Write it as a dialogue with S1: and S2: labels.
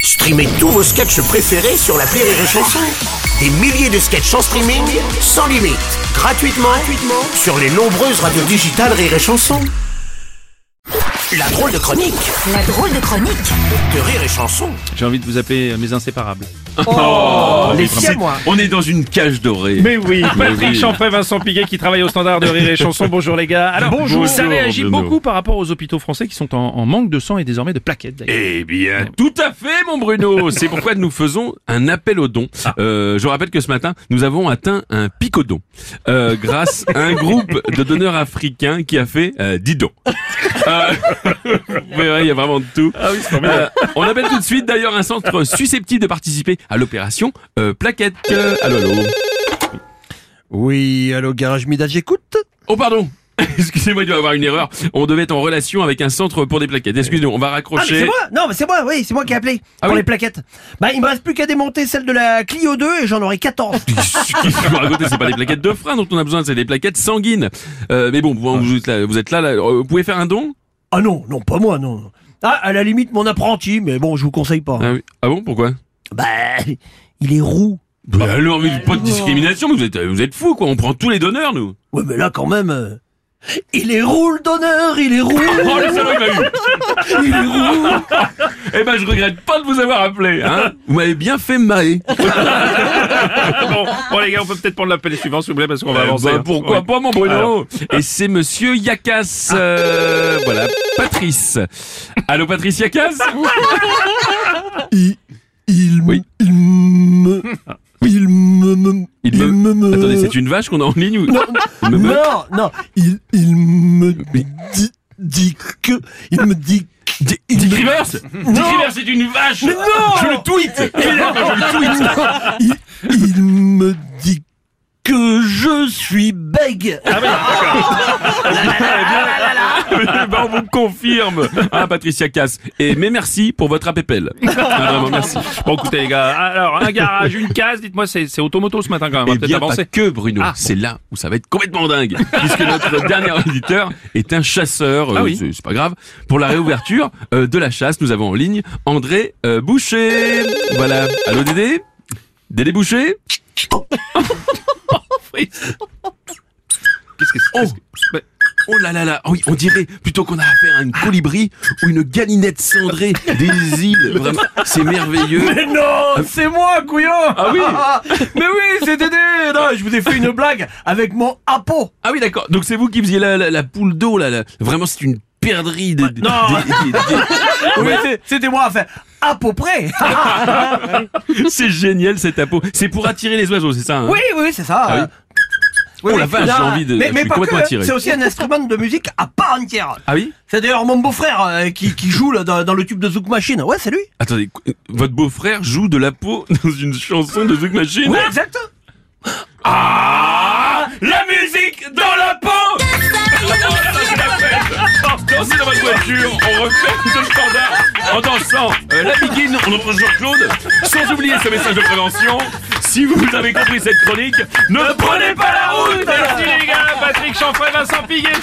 S1: Streamez tous vos sketchs préférés sur la Rire et Chanson. Des milliers de sketchs en streaming, sans limite, gratuitement, gratuitement sur les nombreuses radios digitales Rire et Chanson. La drôle de chronique
S2: La drôle de chronique.
S1: de Rire et Chanson.
S3: Ah,
S4: J'ai envie de vous appeler euh, mes inséparables.
S3: Les siamois.
S5: On est dans une cage dorée.
S4: Mais oui, Patrick
S5: oui.
S4: Champré, Vincent Piguet qui travaille au standard de rire et chanson. Bonjour les gars. Alors,
S5: Bonjour,
S4: ça réagit
S5: Bruno.
S4: beaucoup par rapport aux hôpitaux français qui sont en, en manque de sang et désormais de plaquettes. d'ailleurs.
S5: Eh bien, tout à fait, mon Bruno. C'est pourquoi nous faisons un appel aux dons. Euh, je rappelle que ce matin, nous avons atteint un pic aux dons euh, grâce à un groupe de donneurs africains qui a fait euh, 10 dons. Euh, vous verrez, il y a vraiment de tout. Euh, on appelle tout de suite d'ailleurs un centre susceptible de participer à l'opération euh, plaquette. Euh, Allô, allô.
S3: Oui, allô, Garage Midas, j'écoute.
S5: Oh pardon Excusez-moi, il doit y avoir une erreur. On devait être en relation avec un centre pour des plaquettes. Excusez-nous, on va
S3: Ah, mais c'est
S5: raccrocher.
S3: moi Non, mais c'est moi, oui, c'est moi qui ai appelé.
S5: Ah
S3: pour
S5: oui
S3: les plaquettes. Bah, il me reste plus qu'à démonter celle de la Clio 2 et j'en aurai 14.
S5: Qu'est-ce que vous racontez C'est pas des plaquettes de frein dont on a besoin, c'est des plaquettes sanguines. Euh, mais bon, vous, vous êtes là, vous êtes là, là. Euh, vous pouvez faire un don
S3: ah non, non, pas moi, non. non. Ah, à la limite, mon apprenti, mais bon, je vous conseille pas.
S5: ah, oui. Ah bon, pourquoi
S3: Bah, il est roux.
S5: Bah alors, mais pas de discrimination, mais vous êtes, vous êtes fous quoi. On prend tous les donneurs, nous.
S3: Ouais, mais là, quand même... euh, Il est roux, le donneur, il est roux.
S5: Oh le salaud, il m'a eu
S3: il est roux.
S5: Eh ben, je regrette pas de vous avoir appelé. Hein vous m'avez bien fait marrer. Eh.
S4: Ah bon, bon, les gars, on peut peut-être prendre l'appel suivant, s'il vous plaît, parce qu'on va
S5: Euh,
S4: avancer.
S5: bah,
S4: hein.
S5: pourquoi
S4: Ouais.
S5: pas, mon Bruno Et c'est Monsieur Yakas. euh, voilà, Patrice. Allô, Patrice Yakas
S3: Il, il,
S5: Oui.
S3: il me... Il me... me-
S5: Il me-
S3: me-
S5: Attendez, c'est une vache qu'on a en ligne ou Me- me-
S3: Non, non, il, il me dit, dit que, il me dit que, il
S5: Dick
S3: me-
S5: Rivers Dick Rivers, c'est une vache
S3: Mais non
S5: Je le tweet
S3: il, il me dit que je suis bègue.
S5: ben, On vous confirme Ah, Patricia Cass. Et, mais merci pour votre appel. Ah, vraiment, merci.
S4: Bon, écoutez, les gars, alors, un garage, une case, dites-moi, c'est c'est automoto ce matin quand même. On
S5: Et
S4: va peut-être
S5: Eh bien pas
S4: avancer.
S5: que Bruno,
S4: Ah,
S5: c'est là où ça va être complètement dingue, puisque notre dernier auditeur est un chasseur, euh,
S4: Ah oui.
S5: c'est c'est pas grave. Pour la réouverture euh, de la chasse, nous avons en ligne André euh, Boucher. Voilà, allô Dédé Dédé Boucher
S4: Qu'est-ce que c'est
S5: Oh
S4: qu'est-ce que- bah,
S5: Oh là là là, Ah oui, on dirait plutôt qu'on a affaire à une colibri ou une galinette cendrée des îles. Vraiment, c'est merveilleux.
S3: Mais non, c'est moi, couillon Ah
S5: oui.
S3: Mais oui, c'est Dédé Non, je vous ai fait une blague avec mon apo
S5: Ah oui, d'accord. Donc c'est vous qui faisiez la, la, la poule d'eau là, là. Vraiment, c'est une perdrix de. de- des- des-
S3: Oui, Ah
S5: Ouais,
S3: c'est- c'était moi, enfin, à peu près
S5: c'est génial cette peau. C'est pour attirer les oiseaux, c'est ça hein
S3: Oui, oui, c'est ça
S5: Ah oui.
S3: Oui,
S5: Oh la
S3: oui.
S5: vache,
S3: Non,
S5: j'ai envie de-
S3: Mais,
S5: je
S3: mais
S5: suis
S3: pas que,
S5: complètement attiré.
S3: c'est aussi un instrument de musique à part entière.
S5: Ah oui
S3: C'est d'ailleurs mon beau-frère euh, qui, qui joue là, dans, dans le tube de Zouk Machine. Ouais, c'est lui.
S5: Attendez, qu- votre beau-frère joue de la peau dans une chanson de Zouk Machine
S3: Ouais, exact.
S5: Ah La musique dans la peau Danser dans votre voiture, on refait le standard en dansant euh, la biguine, on entend Jean-Claude, sans oublier ce message de prévention. Si vous avez compris cette chronique, ne prenez pas la route
S4: Merci les gars, Patrick Chanfray, Vincent Piguet.